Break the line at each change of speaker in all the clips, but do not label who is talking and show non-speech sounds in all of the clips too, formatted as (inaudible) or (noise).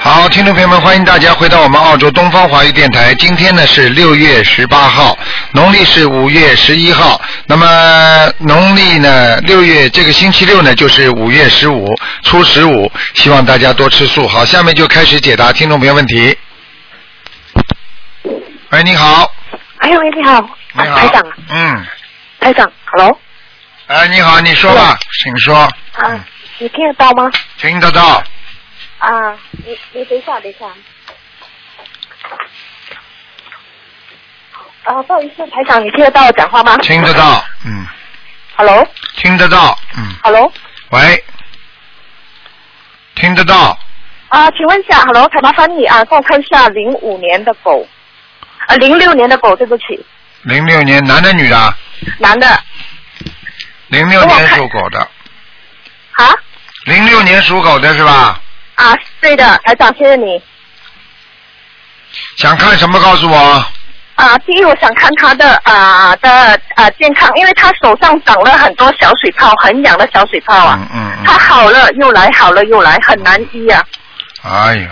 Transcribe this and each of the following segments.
好，听众朋友们，欢迎大家回到我们澳洲东方华语电台。今天呢是六月十八号，农历是五月十一号。那么农历呢六月这个星期六呢就是五月十五，初十五。希望大家多吃素。好，下面就开始解答听众朋友问题。喂，你好，
哎呦喂，你好，
你好，
啊、台长，
嗯，
台长，Hello，
哎，你好，你说吧，请说，嗯
啊，你听得到吗？
听得到。
啊，你你等一下，等一下。啊，不好意思，台长，你听得到我讲话吗
听得到，嗯，
？Hello，Hello，
听得到，嗯，喂，听得到，
啊，请问一下，Hello，台麻烦你啊，帮我看一下零五年的狗，啊，零六年的狗，对不起，
零六年男的女的啊，
男的
零六年属狗的，
啊
零六年属狗的是吧？
啊，对的，台长，谢谢你
想看什么告诉我？
啊。第一，我想看他的啊的啊健康，因为他手上长了很多小水泡，很痒的小水泡啊。
嗯嗯
他
嗯，
好了又来，好了又来，很难医啊。
哎呦，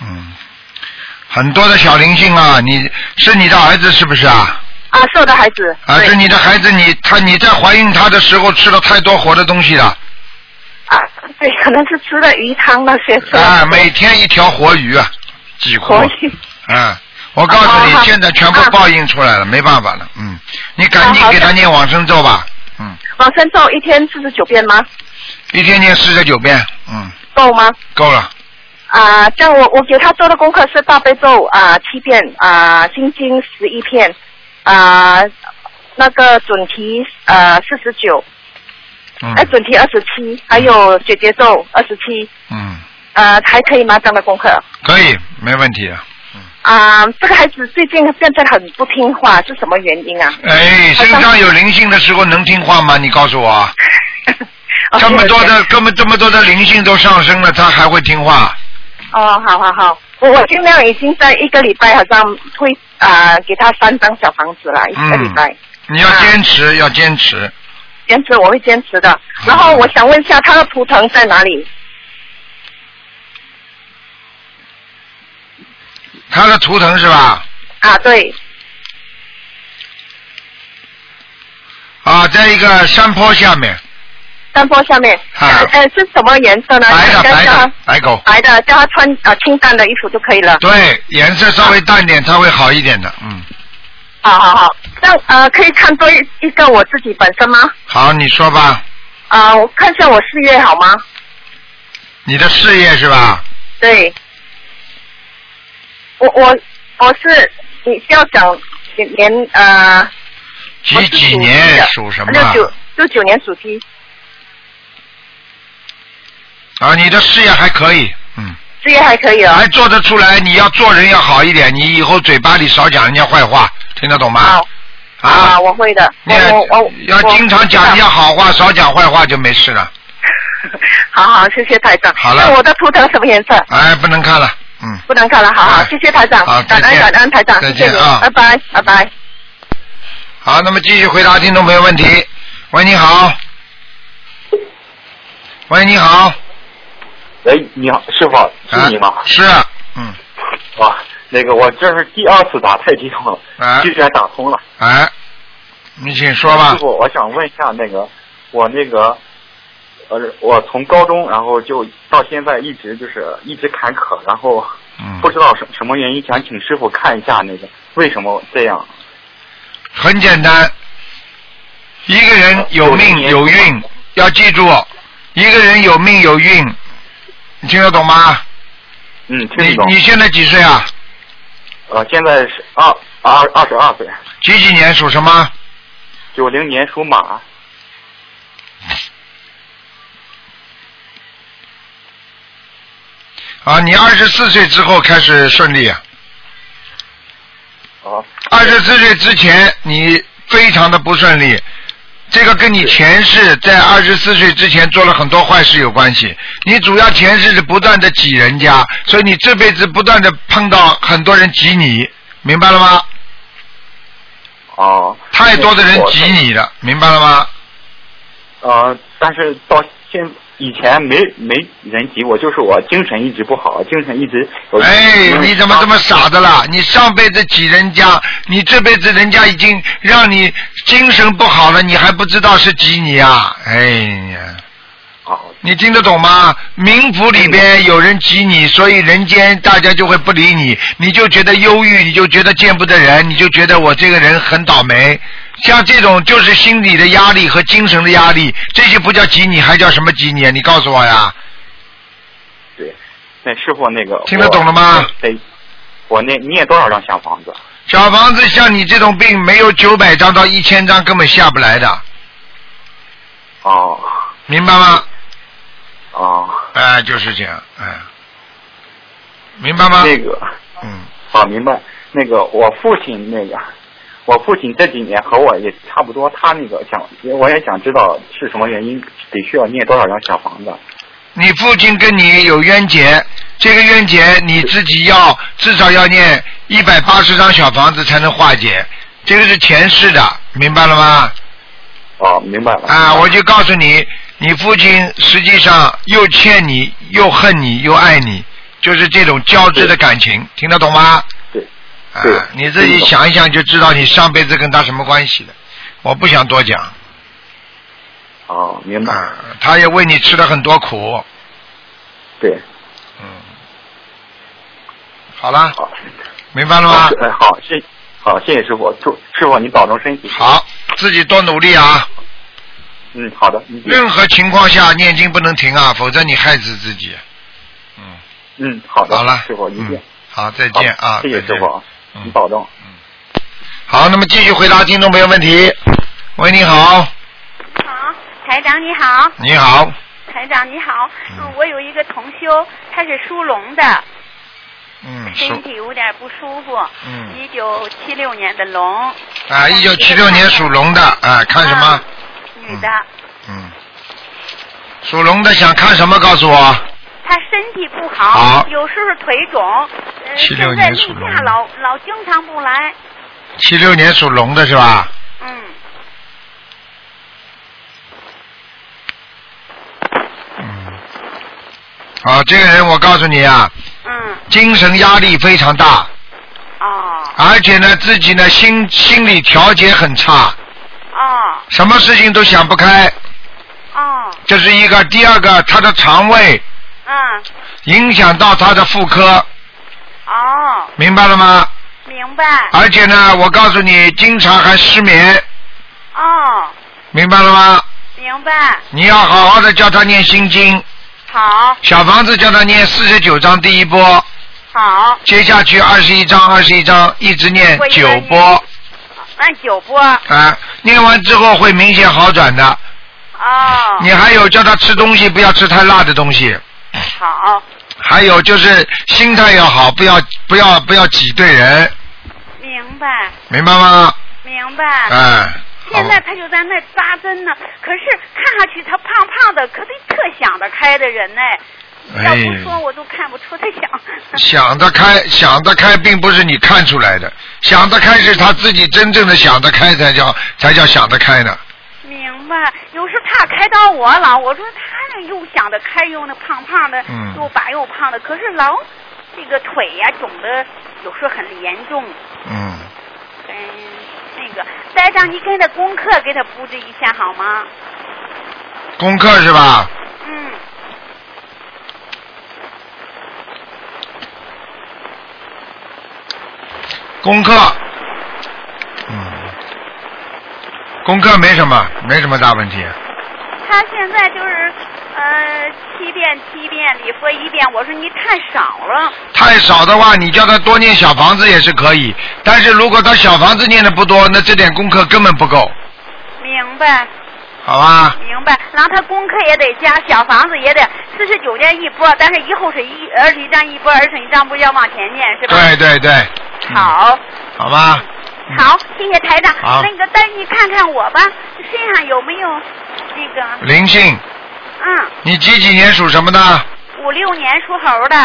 嗯，很多的小灵性啊，你是你的儿子是不是啊？
啊，是我的孩子。
啊，
对
是你的孩子，你他你在怀孕他的时候吃了太多活的东西了，
啊，对，可能是吃了鱼汤那些吃了
啊，每天一条活鱼啊，几乎
活鱼。
嗯，我告诉你
好好，好
现在全部报应出来了，没办法了。嗯，你赶紧
好好
给他
的
念往生咒吧。嗯，
往生咒一天四十九遍吗？
一天念四十九遍，嗯，
够吗？
够了。
啊，这样我我给他做的功课是大悲咒啊七遍啊心经十一片啊那个准提呃四十九
嗯
哎准提二十七还有姐姐咒二十七
嗯，
呃还可以吗？这样的功课
可以，没问题的。
啊这个孩子最近现在很不听话是什么原因啊？
哎，身上有灵性的时候能听话吗？你告
(laughs)
诉我啊，
哦
这么多的，这么这么多的灵性都上升了，他还会听话？
哦，好好好，我我尽量已经在一个礼拜好像会啊、给他三张小房子了，一
嗯
个礼拜，
你要
啊
坚持，要坚持。
坚持我会坚持的。然后我想问一下他的图腾在哪里？
他的图腾是吧？
啊，对，
啊，在一个山坡下面，
山坡下面，
啊
呃是什么颜色呢？
白的
应该
白
叫
的
他
白狗，
白的，叫他穿啊、呃清淡的衣服就可以了。
对，颜色稍微淡点，它会好一点的。嗯，
好好好，那呃可以看多一一个我自己本身吗？
好，你说吧，
啊、我看一下我事业好吗？
你的事业是吧？
对，我我我是你需要讲年年呃，
几
我是
几
属鸡
年
的
属什么？
六九六九年属鸡，
啊，你的事业还可以，嗯，
事业还可以哦
还。做得出来。你要做人要好一点，你以后嘴巴里少讲人家坏话，听得懂吗
好？
啊，
我会的。
你
我
要
我我
要
我
经常讲人
知
家
道
好话，少讲坏话就没事了。
好好，谢谢台长。
好了
那我的图腾什么颜色？
哎，不能看了，嗯。
不能看了，好好，
哎
谢谢台长。
好再
感
见
恩感恩台长，
再
谢
见
谢你
啊，
拜拜拜拜。
好，那么继续回答听众朋友问题。喂，你好。喂，你好。
喂，哎你好，师傅，是你吗
啊？是，嗯，
啊，那个我这是第二次打太激动了，
哎
居然打通了。
哎，你请说吧
师。傅，我想问一下那个，我那个，呃，我从高中然后就到现在一直就是一直坎坷，然后
嗯
不，知道什什么原因，想请师傅看一下那个为什么这样。
很简单，一个人有命有运，要记住，一个人有命有运，你听得懂吗？
嗯，听
你
得懂。
你现在几岁啊？
呃，现在是二二二十二岁，
几几年属什么？
九零年属马，
啊，你二十四岁之后开始顺利，
啊，
二十四岁之前你非常的不顺利，这个跟你前世在二十四岁之前做了很多坏事有关系。你主要前世是不断的挤人家，所以你这辈子不断的碰到很多人挤你，明白了吗？
哦、
太多的人
哦
嗯我
挤你了，明白了吗？
呃，但是到现以前没没人急我，就是我精神一直不好，精神一直有。
哎，你怎么这么傻的啦？你上辈子挤人家，你这辈子人家已经让你精神不好了，你还不知道是挤你啊？哎呀，
啊？
你听得懂吗？冥府里边有人挤你，所以人间大家就会不理你，你就觉得忧郁，你就觉得见不得人，你就觉得我这个人很倒霉。像这种就是心理的压力和精神的压力，这些不叫挤你，还叫什么挤你啊？你告诉我呀。
对，那师傅那个
听得懂了吗？
我得，我那念多少张小房子？
小房子像你这种病，没有九百张到一千张根本下不来的，
哦
明白吗？
哦，
哎、就是这样，哎、明白吗？
那个
嗯，
啊，明白。那个我父亲那个，我父亲这几年和我也差不多，他那个想，我也想知道是什么原因，得需要念多少张小房子？
你父亲跟你有冤结，这个冤结你自己要至少要念一百八十张小房子才能化解，这个是前世的，明白了吗？
哦，明白了。
啊，我就告诉你，你父亲实际上又欠你，又恨你，又爱你，就是这种交织的感情，听得懂吗？
对。
啊
对，
你自己想一想就知道你上辈子跟他什么关系了。我不想多讲
哦，明白。
啊，他也为你吃了很多苦，
对，
嗯。好了，
好。
明白了
好
吗？
哎，好，谢，好，谢谢师傅，祝师傅您保重身体。，
好，自己多努力啊！
嗯，好的，嗯
任何情况下念经不能停啊，否则你害死自己。嗯，
嗯，好的，
好了，
师傅，一定
嗯，好，再
好
见啊，
谢谢
再
师
见
傅，啊，
嗯
您保重。
好，那么继续回答听众朋友问题。喂，你好，
好，台长你好，
你好，
台长你好，
嗯
嗯，我有一个同修，他是属龙的，
嗯，
身
哎
属
体有点不舒服，
嗯
一九七六年的龙，
啊，一九七六年属龙的啊，看什么
啊？女的，
嗯，属龙的想看什么？告诉我。
她身体不好，
好
有时候腿肿，呃，
76
现在
年属
例
龙
假老老经常不来，
七六年属龙的是吧？
嗯，
嗯。啊，这个人我告诉你啊，
嗯，
精神压力非常大，
哦，
而且呢，自己呢心心理调节很差，
哦，
什么事情都想不开，
哦，
这是一个。第二个，他的肠胃
嗯，
影响到他的妇科，
哦，
明白了吗？
明白，
而且呢，我告诉你，经常还失眠，
哦，
明白了吗？
明白，
你要好好的教他念心经，
好，
小房子教他念四十九章第一波，
好，
接下去二十一章、二十一章，一直念九波
按九波，
啊。念完之后会明显好转的。
哦，
你还有叫他吃东西不要吃太辣的东西，
好。
还有就是心态要好，不要不要不要挤兑人，
明白，
明白吗？
明白。
哎、好
啊现在他就在那儿扎针呢，可是看上去他胖胖的，可得特想得开的人呢。要不
哎
说我都看不出他想。
想得开，想得开，并不是你看出来的，想得开是他自己真正的想得开才叫才叫想得开呢。
明白，有时他开导我了，我说他那又想得开，又那胖胖的，
嗯
又白又胖的，可是老这个腿呀、肿的，有时候很严重。
嗯，
嗯，那个，再让你给他功课给他布置一下好吗？
功课是吧？
嗯，
功课，嗯，功课没什么，没什么大问题。
他现在就是呃七遍七遍礼佛一遍，我说你太少了，
太少的话，你叫他多念小房子也是可以，但是如果他小房子念的不多，那这点功课根本不够，
明白
好吧？
明白。然后他功课也得加，小房子也得四十九件一波，但是以后是一二十一张一波，二十一张不是要往前念是吧？
对对对，嗯
好，
好吧？
好，谢谢台长。
好
那个，带你看看我吧，身上有没有这个？
灵性，
嗯，
你几几年属什么的？
五六年属猴的。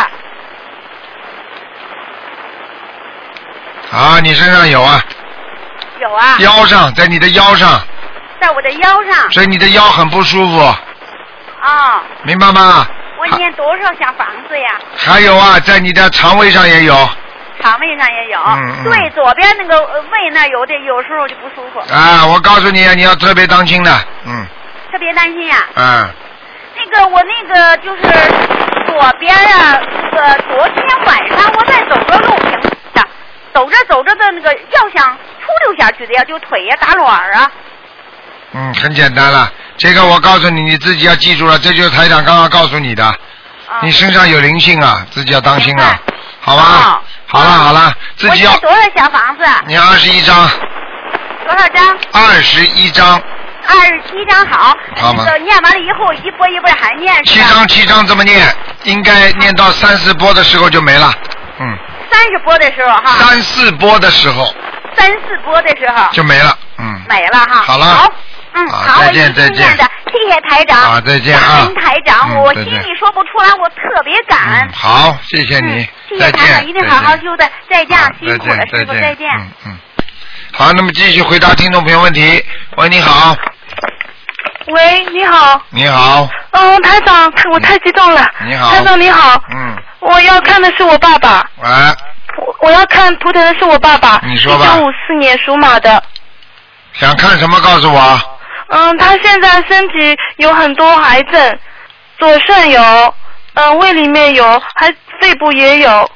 啊，你身上有啊，
有啊，
腰上，在你的腰上，
在我的腰上
所以你的腰很不舒服。
啊，
明白吗？
我
还
念多少小房子呀？
还有啊，在你的肠胃上也有
肠胃上也有，
嗯嗯
对，左边那个呃胃那儿有的，有时候就不舒服，
啊，我告诉你，你要特别当心的，嗯
特别担心呀、
嗯，
那个我那个就是左边啊，那个昨天晚上我在走个路平的，走着走着的那个药想出溜下去的呀，就腿呀打软儿啊。
嗯，很简单了，这个我告诉你，你自己要记住了，这就是台长刚刚告诉你的，
啊
你身上有灵性啊，自己要当心啊
明，哦
好吧？好了好了，自
我
己要
念多少小房子？
你二十一张，
多少张？
二十一张，
二十七张好。
好吗
那个念完了以后，一波一波还念
七
是吧？
张七张这么念，应该念到三四波的时候就没了，嗯，
三十波的时候哈，
三四波的时候
三四波的时候
就没了，嗯，
没了哈。
好了
好。嗯，
好
好，
再
我
见
一定念的，谢谢台长。
好再见啊
感恩台长，
嗯
我
再
心
见
里说不出来，我特别感恩
嗯，。好，谢谢你，
嗯、谢
再
谢台
见，
长，一定好好
再见
修的，再见，
再
辛苦
见
了，，师傅，再见。
嗯嗯。好，那么继续回答听众朋友问题。喂，你好，
喂，你好，
你好，
嗯，台长，我太激动了。
你好
台长你好，
嗯，
我要看的是我爸爸，
喂，
我我要看图腾的是我爸爸，
你说吧
一九五四年属马的，
想看什么告诉我？
嗯，他现在身体有很多癌症，左肾有，嗯，胃里面有，还肺部也有，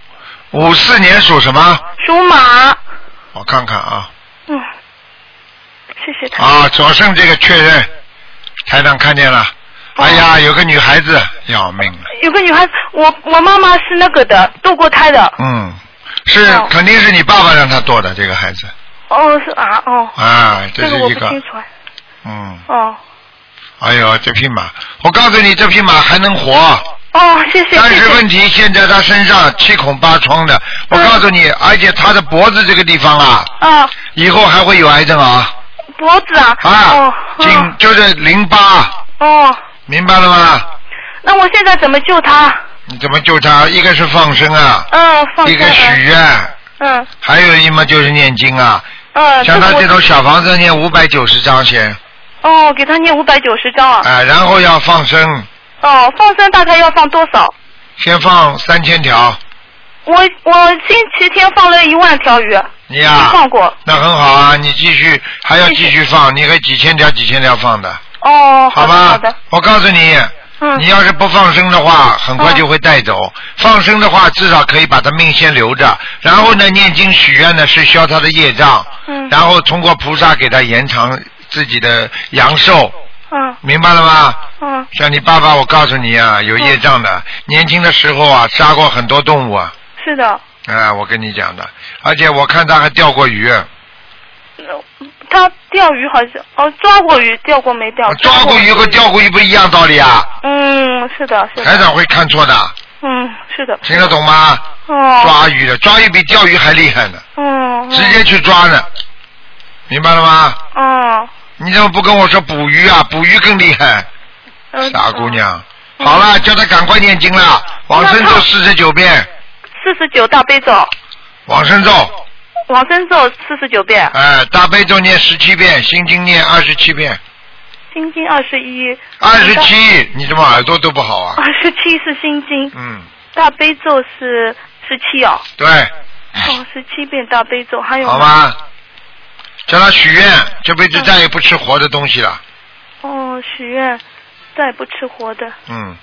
五四年属什么？
属马，
我看看啊，
嗯，谢谢他，
啊，左肾这个确认，台长看见了。
哦
哎呀，有个女孩子要命了，
有个女孩，我我妈妈是那个的，堕过胎的，
嗯，是
哦
肯定是你爸爸让她做的这个孩子
哦是啊哦，
啊，这
这
是
个我
一
不
个，
清楚，
嗯，
哦
哎呦，这匹马，我告诉你，这匹马还能活。
哦谢谢
但
谢
是
谢，
问题现在他身上七孔八疮的，我告诉
嗯
你，而且他的脖子这个地方啊，
啊。
以后还会有癌症啊
脖子啊，
啊
哦，
颈就是淋巴，
哦，哦
明白了吗？
那我现在怎么救他？
你怎么救他？一个是放生啊，
嗯，放
一
生
个许
啊，
愿，
嗯
还有一嘛就是念经啊。
嗯，
像他
个我
这种小房子念五百九十章先
哦，给他念五百九十张啊，
啊，然后要放生，
哦，放生大概要放多少？
先放三千条，
我我星期天放了一万条鱼，
你呀
没、放过
那很好啊，你继续还要
谢谢
继续放，你可以几千条几千条放的。
哦，
好
的
吧，
好的，
我告诉你，
嗯
你要是不放生的话，很快就会带走。放生的话，至少可以把他命先留着。然后呢，念经许愿呢是消他的业障，
嗯
然后通过菩萨给他延长自己的阳寿，
嗯
明白了吗？
嗯，
像你爸爸，我告诉你啊，有业障的，年轻的时候啊，杀过很多动物啊，
是的，
啊，我跟你讲的，而且我看他还钓过鱼，
嗯他钓鱼好像哦抓过鱼，钓过没钓？
哦抓过鱼和钓过鱼不一样道理啊，
嗯，是的，是
台
的，
长会看错的，
嗯，是的，
听得懂吗？
哦，
抓鱼的，抓鱼比钓鱼还厉害呢，
嗯，嗯
直接去抓呢，明白了吗？
嗯
你怎么不跟我说捕鱼啊？捕鱼更厉害，
嗯，
傻姑娘。好了，叫她赶快念经了，往生咒四十九遍，
四十九大悲咒，
往生咒，
往生咒四十九遍，
哎，大悲咒念十七遍，心经念二十七遍，
心经二十一，
二十七，你怎么耳朵都不好啊
二？十七是心经，
嗯，
大悲咒是十七哦，
对，
哦，十七遍大悲咒，还有吗
哎好？吧，叫她许愿，这辈子再也不吃活的东西了，
哦，许愿，再不吃活的，
嗯，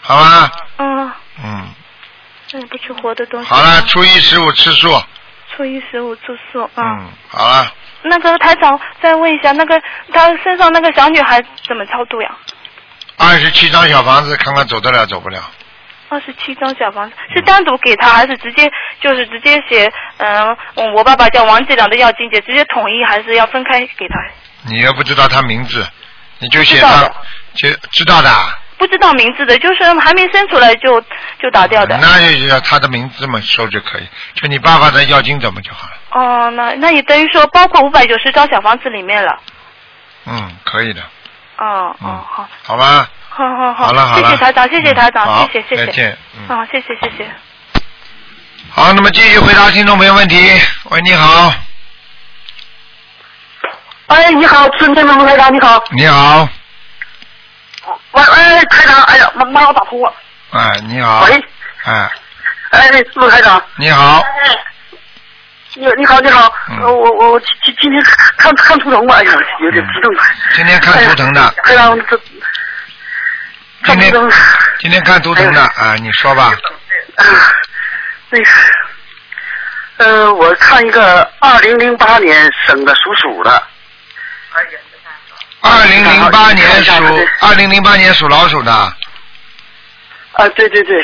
好吧，
嗯，
嗯，
再也不吃活的东西。
好了，初一十五吃素，
初一十五住宿，嗯，
嗯，好了。
那个台长再问一下，那个她身上那个小女孩怎么超度呀？
二十七张小房子，看看走得了走不了。
二十七张小房子是单独给她，还是直接就是直接写？嗯、嗯我爸爸叫王继良的要金姐，直接统一还是要分开给她？
你又不知道他名字，你就写
知道
他
的，
写知道的啊。
不知道名字的，就是还没生出来就就打掉的。
那就叫他的名字嘛，收就可以。就你爸爸的要经怎么就好了。
哦，那那也等于说包括五百九十张小房子里面了。
嗯，可以的。
哦、
嗯，
哦，好，
好吧。
好好
好了好
谢
了
谢台长，谢谢台
嗯
长
好，
谢谢谢
再
谢。
见嗯
啊，谢谢谢谢。
好，那么继续回答听众朋友问题。喂，你好，
哎，你好，尊敬的卢台长，你好。
你好，
喂喂，台长，哎呀，妈妈，我打通了。
哎，你好，
喂，
哎，
哎，陆台长。
你好，
哎，你你好，你好，
嗯
呃我我我今今今天看看图腾吧，哎呀，有点激动。
今天看图腾的，
哎呀，这
今
看
天
图腾，
今天看图腾的啊，你说吧，
哎啊，那个，呃，我看一个二零零八年生的属鼠的，
二零零八年属
看看
二零零八年属老鼠的，
啊，对对对，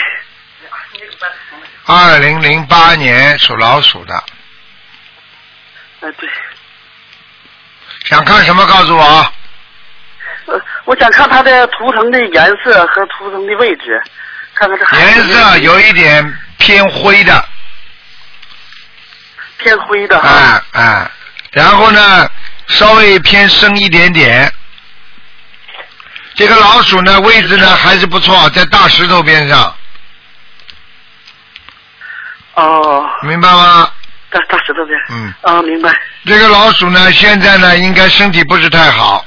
二零零八年属老鼠的，
啊对，
想看什么告诉我啊，
呃，我想看它的图腾的颜色和图腾的位置，看看这孩
颜
子
色有一点偏灰的，
偏灰的哈。
哎哎，然后呢，稍微偏深一点点。这个老鼠呢，位置呢还是不错，在大石头边上，
哦，
明白吗？
大大石头边。
嗯，
啊，明白。
这个老鼠呢，现在呢应该身体不是太好，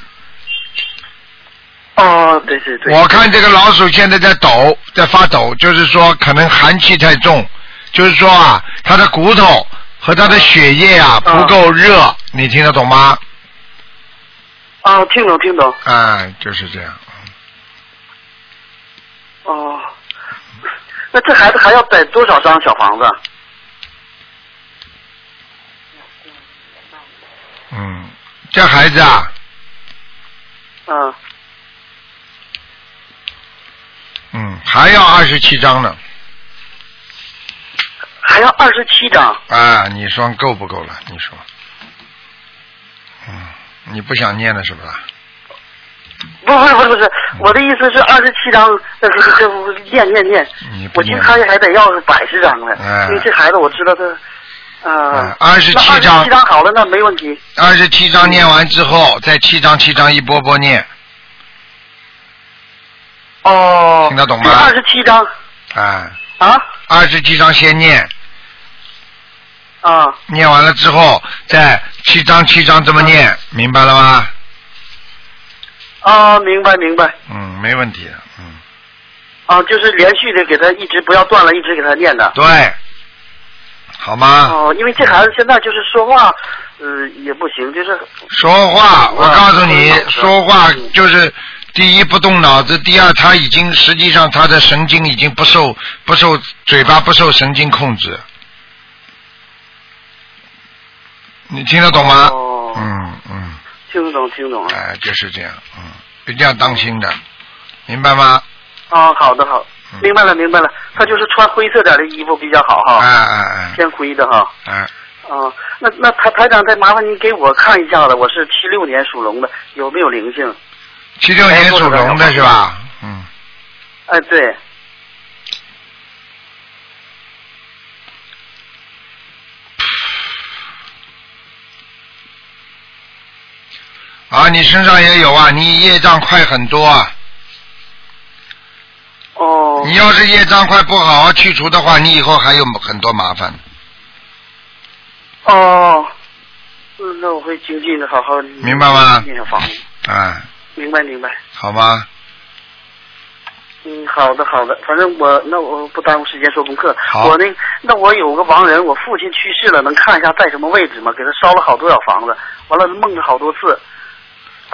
哦，对对对。
我看这个老鼠现在在抖，在发抖，就是说可能寒气太重，就是说啊，它的骨头和它的血液啊
嗯
不够热，你听得懂吗？
啊，听懂听懂。
哎，就是这样。
哦，那这孩子还要摆多少张小房子？
嗯，这孩子啊，
嗯，
嗯，还要二十七张呢。
还要二十七张。
啊，你说够不够了？你说，嗯，你不想念了是不啦？
不不是不是不是，
嗯
我的意思是二十七张，呃，这这这念念念
你，不
我听
念
他还得要百十张呢，
哎
因为这孩子我知道他。
嗯
啊，
27
那
张
27张好了，那没问题。
二十七张念完之后，再七张七张一波波念
哦，
听得懂吗
二十七张
啊，
啊
二十七张先念，
啊，
念完了之后再七张七张这么念，明白了吗？
啊哦，明白明白，
嗯，没问题的。嗯，
啊，就是连续的给他一直不要断了，一直给他念的。
对，好吗？
哦，因为这孩子现在就是说话，呃，也不行，就是
说话，我告诉你，
嗯
说话就是第一不动脑子，第二他已经实际上他的神经已经不受不受嘴巴不受神经控制，你听得懂吗？
哦
嗯嗯，
听得懂听懂啊了。
哎，就是这样，嗯，一定要当心的，明白吗？
哦，好的好
嗯，
明白了明白了，他就是穿灰色点的衣服比较好
哎
哈，
哎
偏灰的哈。
哎哎，
哦，那那台台长再麻烦您给我看一下子，我是七六年属龙的，有没有灵性？
七六年属龙的是吧？嗯，
哎，对，
啊，你身上也有啊，你业障快很多啊。
哦
你要是业障快不好好去除的话，你以后还有很多麻烦。
哦，嗯，那我会精进的，好好明
明白吗
念小房子，
啊，
明白明白。
好吗？
嗯，好的好的，反正我那我不耽误时间做功课。
好
我那那我有个亡人，我父亲去世了，能看一下在什么位置吗？给他烧了好多小房子，完了梦了好多次。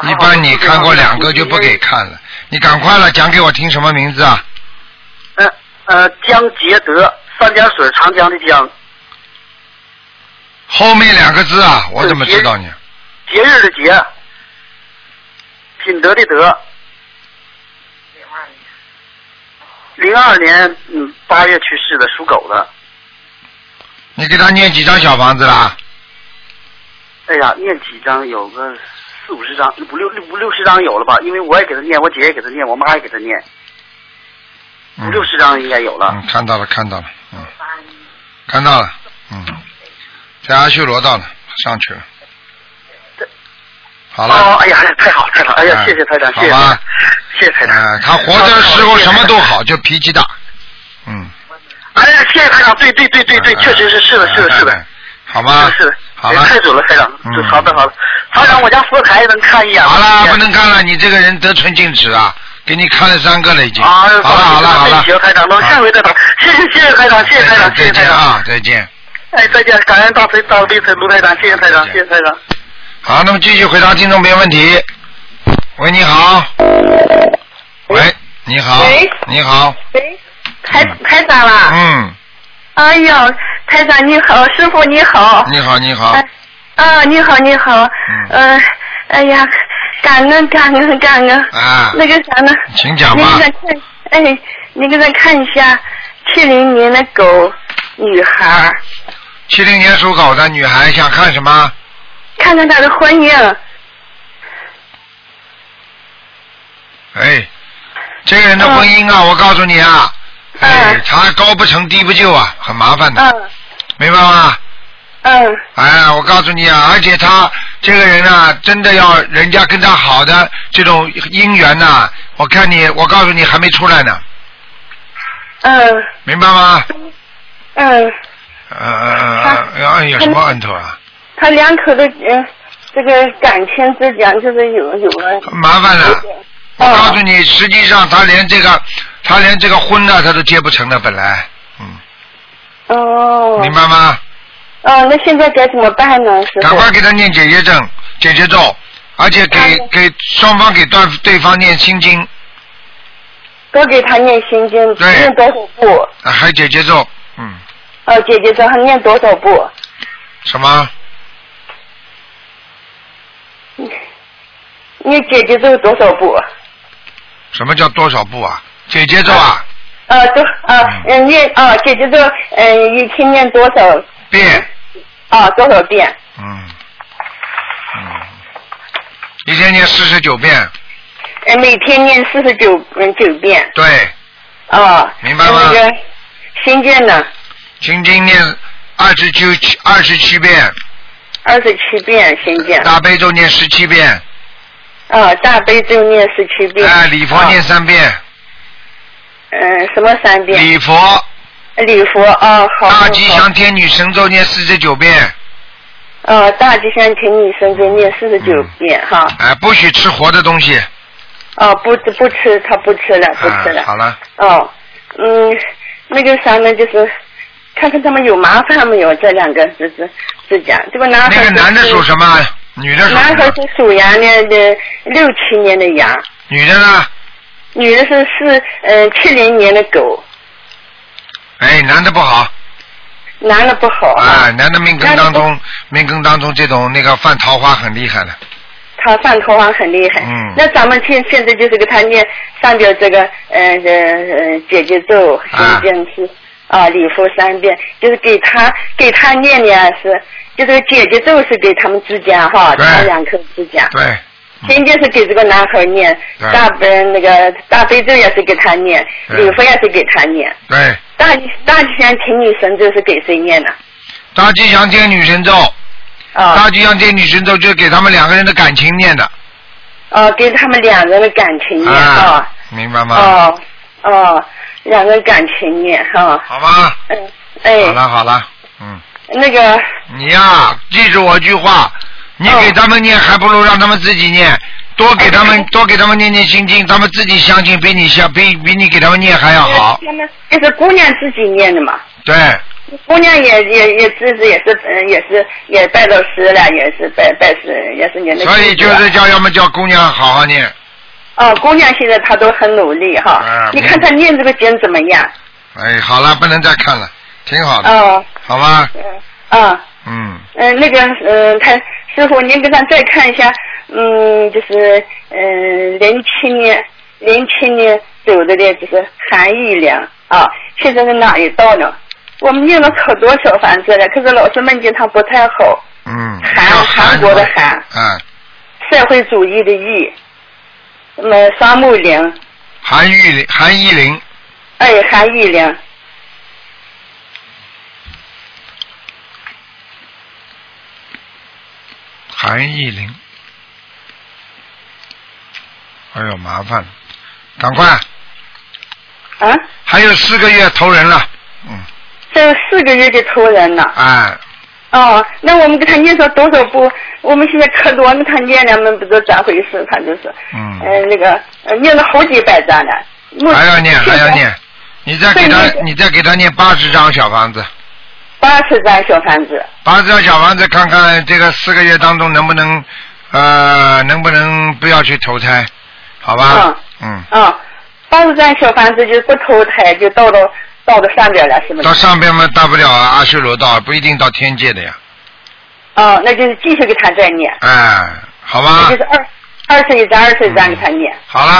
一般你看过两个就不给
因为。
看了，你赶快了，讲给我听什么名字啊？
呃呃，江杰德，三点水长江的江，
后面两个字啊，我怎么知道你？
节日的节，品德的德。零二年，嗯，八月去世的，属狗的。
你给他念几张小房子啦？
哎呀，念几张有个四五十张，五六五六十张有了吧？因为我也给他念，我姐也给他念，我妈也给他念，五
嗯
六十张应该有了。
嗯，看到了，看到了，嗯，看到了，嗯，在阿修罗道了，上去了。好
哦
了，，
哎呀，太好了太好了，哎呀，
嗯
谢谢台长，谢谢
好
台
吧
长，谢谢台长。
嗯，他活着的时候什么都好，就脾气大，嗯。
哎呀，谢谢台长，对对对对对，确实是是的是的是的。
哎，哎哎好吗？
是的，
好
哎
了，
太准了，台长。
嗯
对好的，好的，台长，我家佛台能看一眼吗？
好了，不能看了，你这个人得寸进尺啊！给你看了三个了已经。
啊，
好了好了好了，
行，开长，那下回再打。谢谢谢谢开长，谢谢开长，
再
谢谢开
见
长。
啊，再见。
哎，再见，感恩大慈大悲卢台长，谢谢台长，谢谢台长。
好，那么继续回答听众朋友问题。喂，你好。喂，你好。
喂
你好。
喂，台台长啦！
嗯，
哎呦，台长你好，师傅你好。
你好，你好。
哎啊，你好你好。嗯。哎呀，感恩感恩感恩。
啊，
那个啥呢？
请讲
你
吧
给。他看，哎，你给他看一下七零年的狗女孩儿，
七零年属狗的女孩想看什么？
看看她的婚姻。啊
哎，这个人
嗯
的婚姻啊，我告诉你啊，哎，他高不成低不就啊，很麻烦的，
嗯
明白吗？
嗯
哎，我告诉你啊，而且他这个人啊，真的要人家跟他好的这种姻缘呐、我看你，我告诉你还没出来呢，
嗯
明白吗？
嗯，
呃呃呃，哎有什么恩头啊？
他两口的呃这个感情之间就是有有啊了。
麻烦了，我
嗯
告诉你，实际上他连这个，他连这个婚呢、他都结不成的，本来，嗯，
哦。
明。白吗？
哦，那现在该怎么办呢，师
赶
傅？
快给他念解结症、解结咒，而且给、
嗯
给双方给对对方念心经，
多给他念心经，
对
念多少步？
啊还解结咒，嗯，
哦，姐姐说他念多少步？
什么？
念姐姐咒多少步？
什么叫多少步啊？解结咒啊，
呃，多呃，嗯，念啊，姐姐咒，嗯，一天念多少
遍，
啊？多少遍？
嗯，嗯，一天念四十九遍，
呃，每天念四十九嗯九遍
对，
啊。
明白吗
那个心经呢，
心经念二十九二十七遍，
二十七遍心经。
大悲咒念十七遍，
啊，大悲咒念十七遍。
哎，礼佛念
啊。
三遍，
嗯，什么三遍？
礼佛
礼佛啊，好。
大吉
好
祥天女神咒念四十九遍，
呃，大吉祥天女神咒念四十九遍哈，
哎，不许吃活的东西，
哦，不吃不吃，他不吃了， (laughs) 不吃
嗯，好
了，
了。
哦，嗯，那个啥呢，就是看看他们有麻烦没有，这两个侄子之间，这个男孩
那个
子
男的
是
属什么？啊女的属什
男孩
么？
是属羊的，的六七年的羊，
女的呢？
女的是四嗯七零年的狗，
哎，男的不好
男的不好
啊，，男的命根当
男
中，命根当中这种那个犯桃花很厉害的，
他犯桃花很厉害，
嗯
那咱们现现在就是给他念上边这个呃呃呃姐姐咒心
啊
经是啊礼佛三遍，就是给他给他念念是，就是姐姐咒是给他们之间哈，
对
他两口之间，
对，
心经是给这个男孩念，
对
大悲那个大悲咒也是给他念，
对
礼佛也是给他念，
对，
大吉大吉祥天女神咒是给谁念的？
大吉祥天女神咒，
啊
大吉祥天女神咒就是给他们两个人的感情念的
啊，给他们两人的感情念啊
啊，明白吗？
哦哦，两个感情念哈，
好吧，
嗯，哎，
好了好了，嗯，
那个
你呀，记住我一句话，你
哦
给他们念，还不如让他们自己念。多给他
哎
们多给他们念念心经，他们自己相信比你相比比你给他们念还要好，
就是姑娘自己念的嘛，
对，
姑娘也也也自己也是嗯也是也拜到师了，也是拜拜师也是您的。
所以就是。叫要么叫姑娘好好念，
哦，姑娘现在她都很努力哈，
啊
你看她念这个经怎么样？
哎，好了，不能再看了，挺好的，
哦，
好吗？
嗯啊
嗯，
嗯，那个嗯，他师傅您给他再看一下，嗯，就是嗯零七年零七年走的的，就是韩义良啊，现在在哪里到呢？我们念了可多小房子了，可是老是梦见他不太好，
嗯，
韩
叫
韩国的韩
嗯，
社会主义的义，那么双木林，
韩玉林，韩依林，
哎，韩义良，
韩依林，哎呦，麻烦了，赶快，
啊，
还有四个月投人了，嗯，
这有四个月就投人了，
哎，
哦，那我们给他念上多少部？我们现在可多，那他念了，我们不知道咋回事，他就是，
嗯
呃，那个呃念了好几百张了。目
还要念，
现
还
在
要念。你再给他
对，
你再给他念八十张小房子，
八十张小房子。
八十张小房子，看看这个四个月当中能不能，呃，能不能不要去投胎，好吧？嗯，
啊，八十张小房子就是不投胎，就到了到了上边了，是不
到
是？
上边嘛，大不了阿修罗道，不一定到天界的呀。
哦，那就是继续给他再念，
哎，好
那
吧
就，是二二十一张，二十一张给他念。
好了，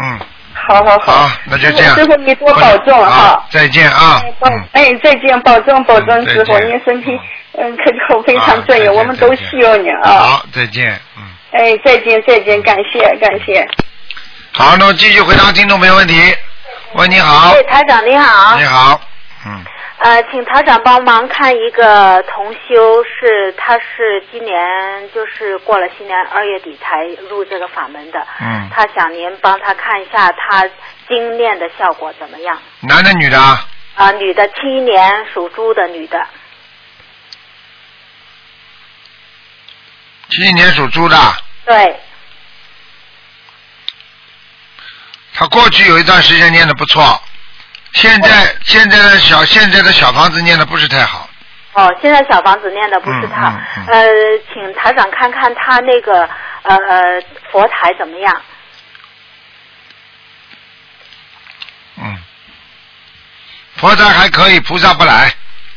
嗯，
好好
好，那就这样。
师傅你多保重
啊
哈。
再见啊
哎，保
嗯，
哎，再见，保重保
嗯
重，师傅
再见
您身体嗯可就非
啊
常重
再
要，
见
我们都需要你啊。
好，再见，嗯。
哎，再见再见，感谢感谢。
好，那么继续回答听众朋友问题。喂，你好，
哎，台长你好
你，好，嗯，
呃，请台长帮忙看一个同修是，他是今年就是过了新年二月底才入这个法门的，
嗯
他想您帮他看一下他经念的效果怎么样？
男的女的啊？
啊、女的，七一年属猪的女的，
七一年属猪的，
对，
他过去有一段时间念的不错，现在现在的小现在的小房子念的不是太好，
哦，现在小房子念的不是他，
嗯嗯嗯
呃，请台长看看他那个呃呃佛台怎么样？
嗯，佛台还可以，菩萨不来，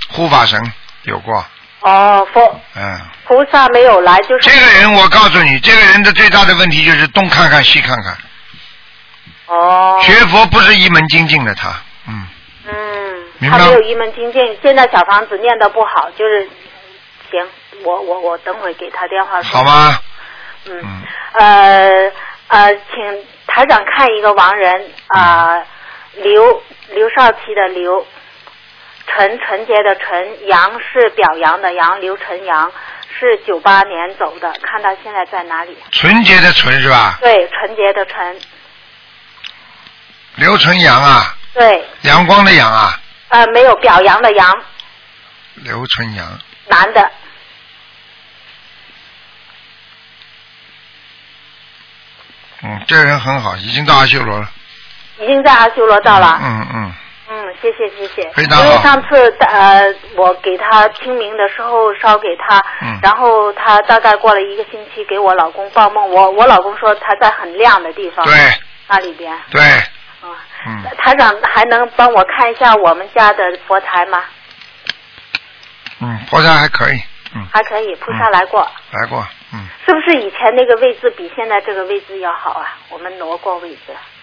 护法神有过，
哦，佛
嗯，
菩萨没有来，就是
这个人我告诉你，这个人的最大的问题就是东看看西看看，
哦，
学佛不是一门精进的他，嗯。
嗯，
明白吗
他没有一门精进，现在小房子念的不好，就是行，我我我等会给他电话说。
好？吗？
嗯
嗯，
呃呃，请台长看一个亡人啊、
嗯
呃刘刘少奇的刘，陈纯洁的陈，杨是表扬的杨，刘陈阳是九八年走的，看他现在在哪里？
纯洁的纯是吧？
对，纯洁的纯，
刘纯阳啊，
对，
阳光的阳啊，
呃，没有表扬的扬，
刘纯阳，
男的，
嗯，这个人很好，已经到阿修罗了。
已经在阿修罗道了。
嗯嗯，
嗯，谢谢谢谢，
非常好
因为上次呃，我给他清明的时候烧给他，
嗯
然后他大概过了一个星期给我老公报梦，我我老公说他在很亮的地方，
对
那里边
对，
啊。
嗯，
台长还能帮我看一下我们家的佛台吗？
嗯，佛山还可以，嗯，
还可以，菩萨来过，
来过，嗯
是不是以前那个位置比现在这个位置要好啊？我们挪过位置。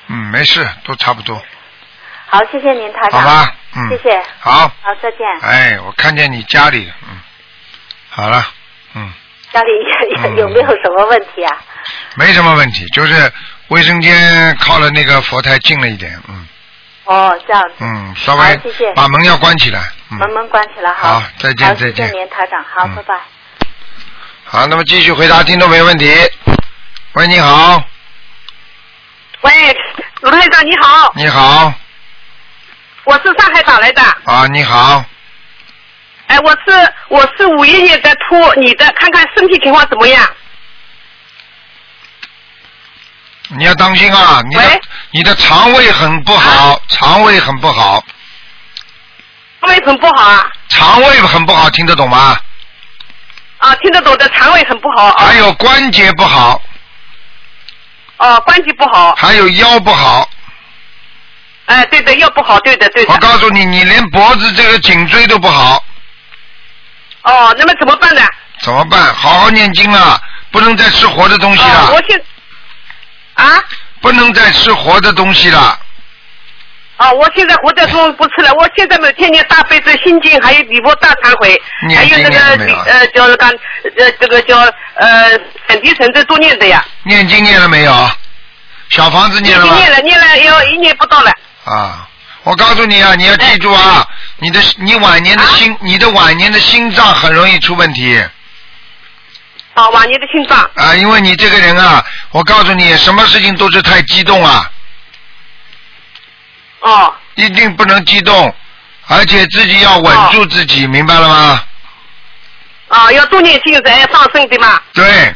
嗯，没事，都差不多，
好，谢谢您，台
好
长。
吧，嗯，
谢谢。
好，
好，再见。
哎，我看见你家里，嗯，好了，嗯，
家里有
嗯
有有没有什么问题啊？
没什么问题，就是卫生间靠了那个佛台近了一点，嗯
哦，这样子。
嗯，稍微
好谢谢
把门要关起来，嗯，
门门关起来
好
好，
再见
好
再见
谢谢您，台长，好，
嗯
拜拜。
好，那么继续回答听众没问题。喂，你好，
喂，卢台长你好，
你好，
我是上海打来的。
啊，你好，
哎，我是我是五一年的兔，你的看看身体情况怎么样？
你要当心啊，你的
喂啊
你的肠胃很不好，肠胃很不好，
肠胃很不好啊，
肠胃很不好，听得懂吗？
啊，听得懂的，肠胃很不好啊
还，有关节不好，
哦，关节不好，
还有腰不好。
哎，对的，腰不好，对的，对
我
的。
告诉你，你连脖子这个颈椎都不好，
哦，那么怎么办呢？
怎么办？好好念经啊，不能再吃活的东西
哦，
了
我，现啊，
不能再吃活的东西了。
哦，我现在活着中不吃了，我现在每天念大悲咒、心经，还有礼佛大忏悔，
念
还有那
经念了
个
没有啊
呃叫干呃这个叫呃本地神咒都念的呀，
念经念了没有？小房子念了吗？
念了念了要一年不到了。
啊，我告诉你啊，你要记住啊，你的你晚年的心，你的晚年的心脏很容易出问题
啊，晚年的心脏。
啊，因为你这个人啊，我告诉你，什么事情都是太激动啊，
哦
一
哦
定不能激动，而且自己要稳住自己，明白了吗？
啊，要多念经才上升对吗？
对，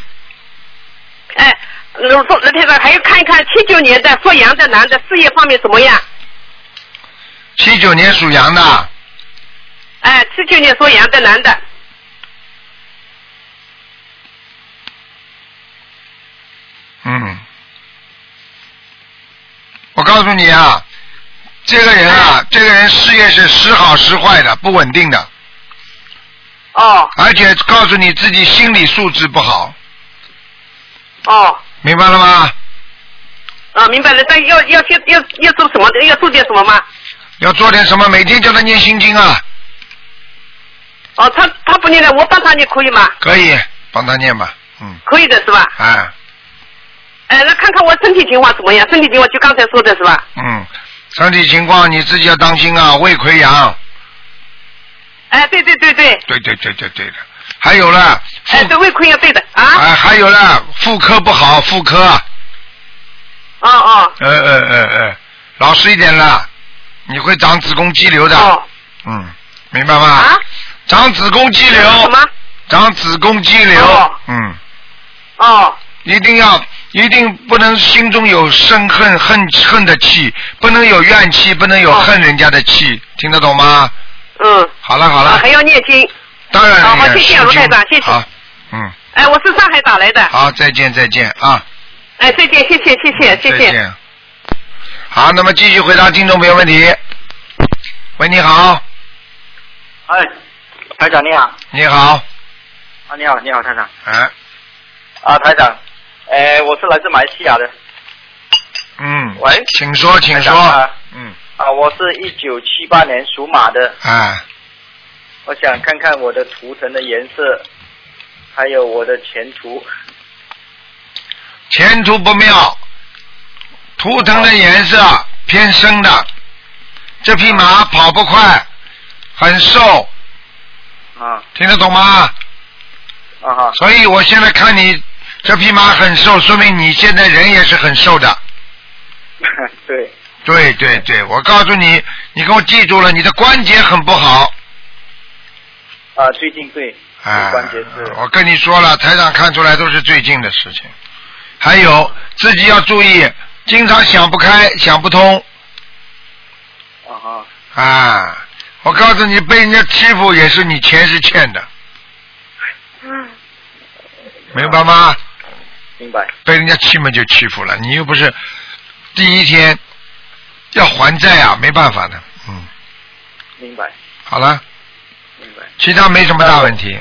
哎，卢卢卢太太，还有看一看七九年的属羊的男的事业方面怎么样？
七九年属羊的，
哎，七九年属羊的男的，
嗯，我告诉你啊，这个人啊，这个人事业是时好时坏的，不稳定的，
哦
而且告诉你自己心理素质不好，
哦，
明白了吗？
啊，明白了。但要要先要要做什么？要做点什么吗？
要做点什么，每天叫他念心经啊，
哦，他他不念了，我帮他念可以吗？
可以帮他念吧，嗯，
可以的是吧？
哎，
哎，那看看我身体情况怎么样？身体情况就刚才说的是吧？
嗯，身体情况你自己要当心啊，胃溃疡，
哎，对对对对，
对对对对对的，还有了，
哎，对胃溃疡对的啊，
哎，还有了，妇科不好，妇科，
哦哦
呃呃呃呃，老实一点啦，你会长子宫肌瘤的，
哦
嗯，明白吗？
啊，
长子宫肌
什
瘤，
么？
长子宫肌瘤，
哦
嗯，
哦
一定要，一定不能心中有生恨、恨恨的气，不能有怨气，不能有
哦
恨人家的气，听得懂吗？
嗯，
好了好了，
啊还要念经。
当然
好好
也
谢谢
是
卢台
经
长谢谢
好，嗯，
哎，我是上海打来的。
好，再见再见啊，
哎，再见，谢谢，谢谢，谢
再
谢。
见。好，那么继续回答听众朋友问题。喂，你好，
哎，台长你好，
你好，
啊你好你好台长，
哎，
啊台长，哎我是来自马来西亚的，
嗯，
喂
请说，请
台长
说
啊，
嗯，
啊我是一九七八年属马的，
哎，
我想看看我的图腾的颜色，还有我的前途。 (laughs)
前途不妙，图腾的颜色偏深的，这匹马跑不快，很瘦，
啊
听得懂吗？
啊哈
所以我现在看你这匹马很瘦，说明你现在人也是很瘦的。
对，
对对对，我告诉你，你给我记住了，你的关节很不好。
啊最近对，
啊，
关节是
我跟你说了，台长看出来都是最近的事情。还有自己要注意，经常想不开、想不通
啊哈
啊！我告诉你，被人家欺负也是你钱是欠的，明白吗？
明白
被人家欺嘛就欺负了，你又不是第一天要还债啊，没办法的。嗯，
明白
好了，
明白。
其他没什么大问题。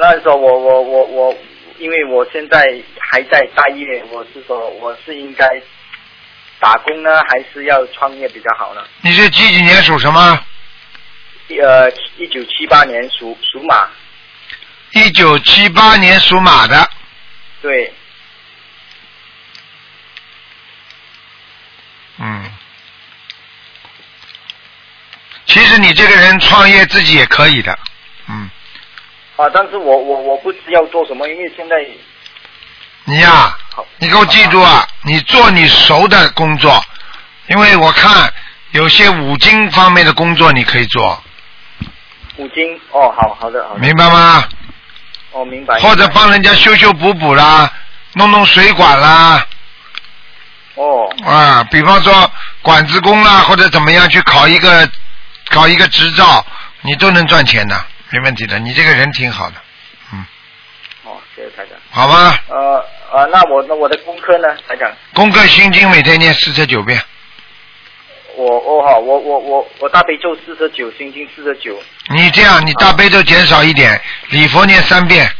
那时候我我我我，因为我现在还在待业，我是说我是应该打工呢，还是要创业比较好呢？
你是几几年属什么？
呃，一九七八年属属马，
一九七八年属马的。
对，
嗯，其实你这个人创业自己也可以的，嗯，
啊，但是我我我不知要做什么，因为现在
你呀、
好，
你给我记住啊，你做你熟的工作，因为我看有些五金方面的工作你可以做，
五金哦，好好的好的，
明白吗？
哦明白，
或者
明白
帮人家修修补补啦，弄弄水管啦，
哦
啊，比方说管子工啦，或者怎么样去考一个考一个执照，你都能赚钱的，没问题的。你这个人挺好的，
哦，谢谢台长。
好吗？
呃呃，那我那我的功课呢，台长？
功课心经每天念四十九遍，
我我好，我我我我大悲咒四十九，心经四十九。
你这样你大悲咒减少一点，礼佛念三遍，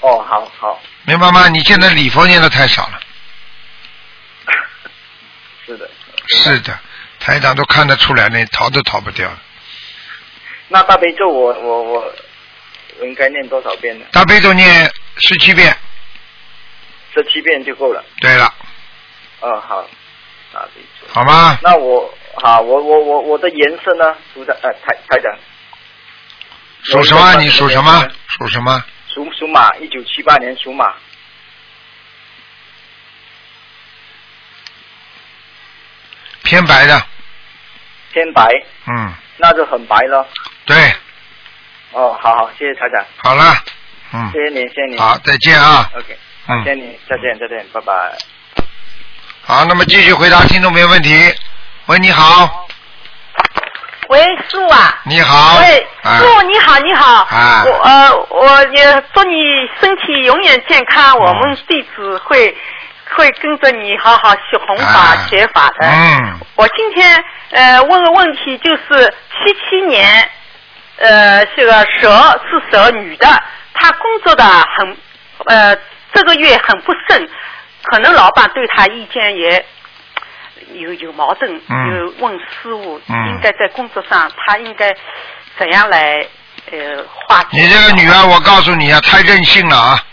哦，好好，
明白吗？你现在礼佛念的太少了。
是的。
是的，台长都看得出来，那逃都逃不掉。
那大悲咒我我我我应该念多少遍呢？
大悲咒念十七遍。
这七遍就够了。
对了，
嗯，好，大悲咒。
好吗？
那我好，我我我我的颜色呢？组长呃，台台长。
属什么？你属什么？属什么？
属属马，一九七八年属马。
偏白的，
偏白，
嗯，
那就很白了。
对，
哦，好好，谢谢台长，
好了，嗯
谢，谢你，谢谢你。
好再见啊
OK，
嗯
谢谢你，再见，再见，拜拜。
好，那么继续回答听众朋友问题。喂，你好，
喂，叔啊。
你好，
喂，
啊
叔你好，你好。
啊
我呃，我也祝你身体永远健
嗯
康。我们弟子会会跟着你好好学弘法、学法的。
啊嗯，
哎
我今天呃问个问题，就是七七年，呃，这个蛇是蛇女的，她工作的很呃这个月很不顺，可能老板对她意见也有有矛盾，
嗯
有问师傅、
嗯
应该在工作上她应该怎样来呃化解？
你这个女儿，我告诉你啊，太任性了啊！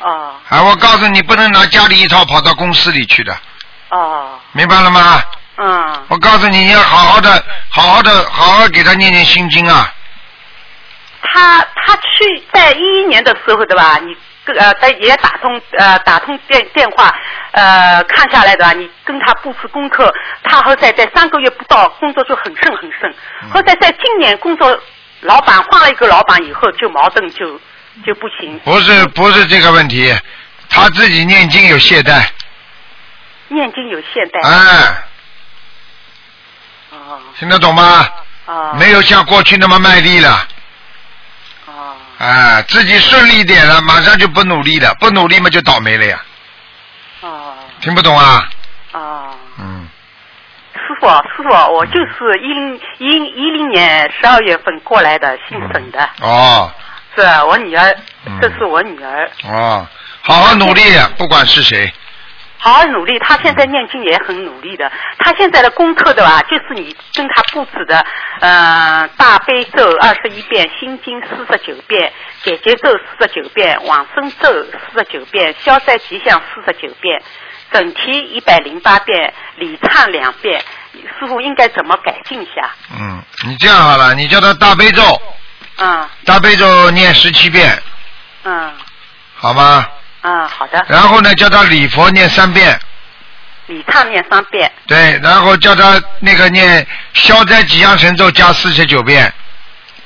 哦
啊，我告诉你，不能拿家里一套跑到公司里去的，
哦
明白了吗？
嗯
我告诉你，你要好好的，好好的，好好给她念念心经啊。
他他去在一一年的时候对吧？你跟呃在也打通呃打通电电话呃看下来对吧？你跟他布置功课，他后来在三个月不到工作就很顺很顺，
嗯
后来在今年工作老板换了一个老板以后就矛盾就就不行，
不是不是这个问题，她自己念经有懈怠，
念经有懈怠。
哎，
哦
听得懂吗？
哦
没有像过去那么卖力了。啊，自己顺利一点了，马上就不努力了，不努力嘛就倒霉了呀。
哦
听不懂啊？
哦。
嗯。
师傅，师傅，我就是一零一一零年十二月份过来的，姓沈的，
哦
是我女儿，这是我女儿。
哦，好好努力，不管是谁，
好好努力，他现在念经也很努力的。他现在的功课的吧，就是你跟他布置的，呃，大悲咒二十一遍，心经四十九遍，解结咒四十九遍，往生咒四十九遍，消灾吉祥四十九遍，整题一百零八遍，礼忏两遍。师傅应该怎么改进一下？
嗯，你这样好了，你叫他大悲咒，
嗯
大悲咒念十七遍，
嗯
好吗？
嗯，好的。
然后呢，叫他礼佛念三遍，
礼忏念三遍，
对，然后叫他那个念消灾吉祥神咒加四十九遍，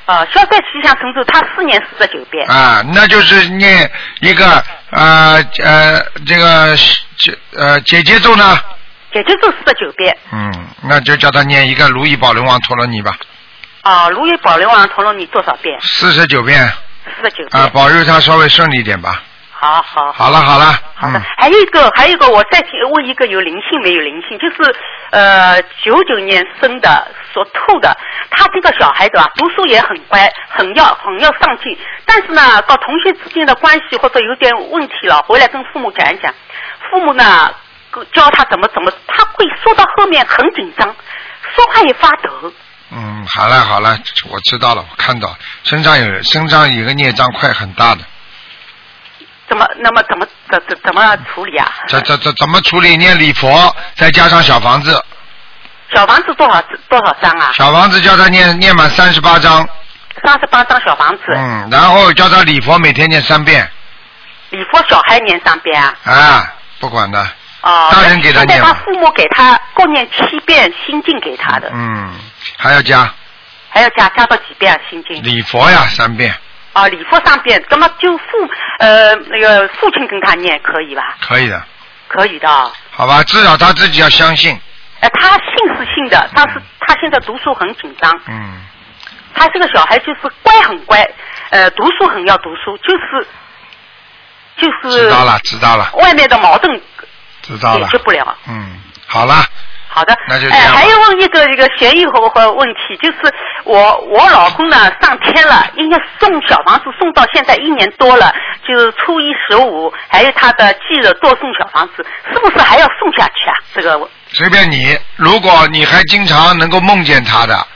呃，消灾吉祥神咒他四年四十九遍。
啊，那就是念一个呃呃这个解呃解结咒呢，
解结咒四十九遍，
嗯，那就叫他念一个如意宝轮王陀罗尼吧，
啊、如意宝轮王陀罗尼多少遍？
四十九遍
四十九遍。
啊，保佑他稍微顺利一点吧。
好好
好了好了，嗯，
还有一个，还有一个，我再提问一个有灵性没有灵性，就是呃九九年生的所吐的，他这个小孩子啊，读书也很乖，很要很要上进，但是呢，搞同学之间的关系或者有点问题了，回来跟父母讲一讲，父母呢教他怎么怎么，他会说到后面很紧张，说话也发抖。
嗯，好了好了，我知道了，我看到身上有身上有个孽障块很大的，
怎么？那么怎么怎怎怎么处理啊？
怎怎怎怎么处理？念礼佛，再加上小房子，
小房子多少多少张啊？
小房子叫他念念满三十八章，
三十八张小房子，
嗯，然后叫他礼佛每天念三遍，
礼佛小孩念三遍啊。
啊，不管的，
哦，
大人给他
现在
念吧
他父母给他共念七遍心经给他的，
嗯，还要加
还要加加到几遍啊心经？
礼佛呀三遍，
哦，礼佛三遍，那么就父呃那个父亲跟他念可以吧？
可以的，
可以的啊。
好吧，至少他自己要相信，
呃，他信是信的，但是他现在读书很紧张。
嗯。
他这个小孩就是乖很乖，呃，读书很要读书，就是就是。
知道了知道了
外面的矛盾
知道
解
了
决，不了。
嗯，好了，
好的，
那就这
哎，
样吧
还有问一个一个悬疑和和问题，就是我我老公呢上天了，应该送小房子送到现在一年多了，就是初一十五，还有他的忌日多送小房子，是不是还要送下去啊？这个我
随便你，如果你还经常能够梦见他的，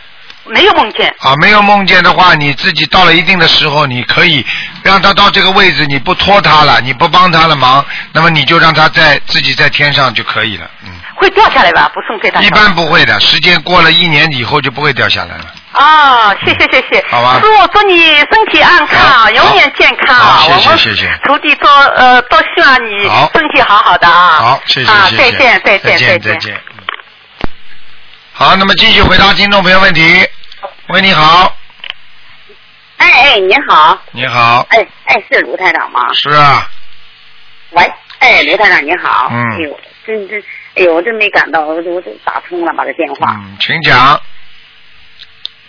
没有梦见，
啊，没有梦见的话，你自己到了一定的时候，你可以让他到这个位置，你不拖他了，你不帮他的忙，那么你就让他在自己在天上就可以了。嗯，
会掉下来吧？不送给他。
一般不会的，时间过了一年以后就不会掉下来了。
啊、谢谢谢谢，
好吧
师傅祝你身体安康，永远健康啊！
好，
我
谢
们
谢谢谢。
徒弟多呃多希望你
好
身体好好的啊！
好，谢谢
啊
谢谢。
再见再
再
见再
再
见
见。嗯好，那么继续回答听众朋友问题。喂，你好。
哎哎，您好，
你好，
哎哎，是卢台长吗？
是啊，
喂，哎，刘台长您好，
嗯
哎呦，真真，哎呦，我真没感到，我我就打通了把这电话，
嗯，请讲，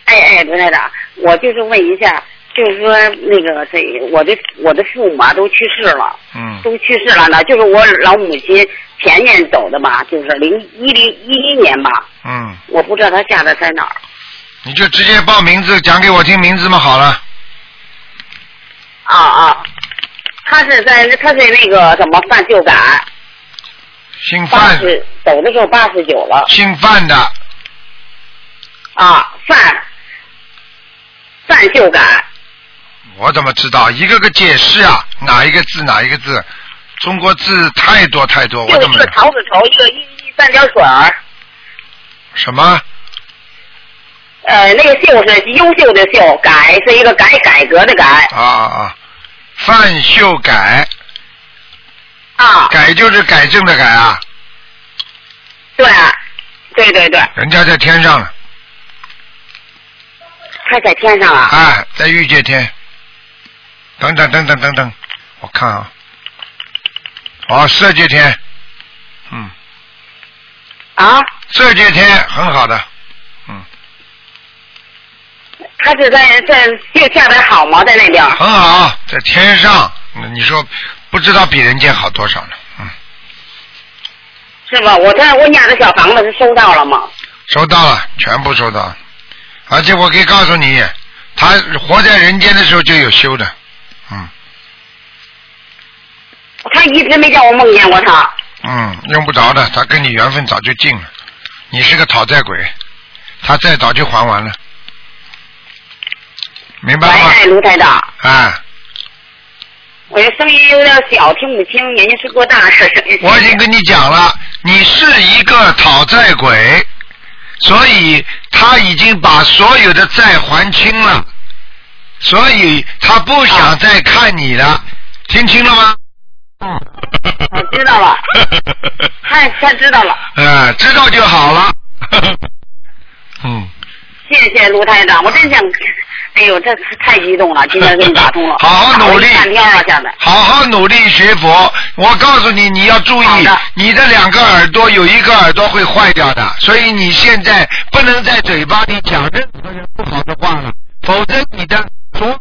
哎哎，刘台长，我就是问一下，就是说那个谁，我的我的父母啊都去世了，
嗯
都去世了呢，就是我老母亲前年走的吧，就是零一零一一年吧，
嗯，
我不知道她下的在哪儿
你就直接报名字讲给我听名字嘛，好了，
啊啊，她是在她是那个什么范秀感，
姓
八
范，
十走的时候八十九了
姓范的，
啊，范范秀感。
我怎么知道？一个个解释啊，哪一个字哪一个字？中国字太多太多，我
就
怎
一
么
个草字头，一个一一三点水儿，
什么？
呃，那个秀是优秀的秀，改是一个改改革的改
啊啊啊！范秀改。
啊。
改就是改正的改啊，
对啊，对对对，
人家在天上了，
他在天上啊了，
哎，在御界天。等等等等等等，我看啊，哦，色界天，嗯。
啊？
色界天很好的，
他是在在就下边好吗？在那边
很好，在天上，嗯你说不知道比人间好多少呢？
是吧？我这我家的小房子是收到了吗？
收到了，全部收到了，而且我可以告诉你，他活在人间的时候就有修的，
他一直没叫我梦见过他。
嗯，用不着的，他跟你缘分早就尽了。你是个讨债鬼，他再早就还完了，明白了吗？
哎，卢台长，
啊，
我这声音有点小，听不清，人家是多大声音？
我已经跟你讲了，你是一个讨债鬼，所以他已经把所有的债还清了，所以他不想再看你了，听清了吗？
我知道了，他他知道了，
啊，知道就好了。嗯，
谢谢卢台长，我真想，哎呦，这太激动了，今天给你打通了，
好好努力
打了一半天了，现在。
好好努力学佛。我告诉你，你要注意，你的两个耳朵有一个耳朵会坏掉的，所以你现在不能在嘴巴里讲任何人不好的话了，否则你的左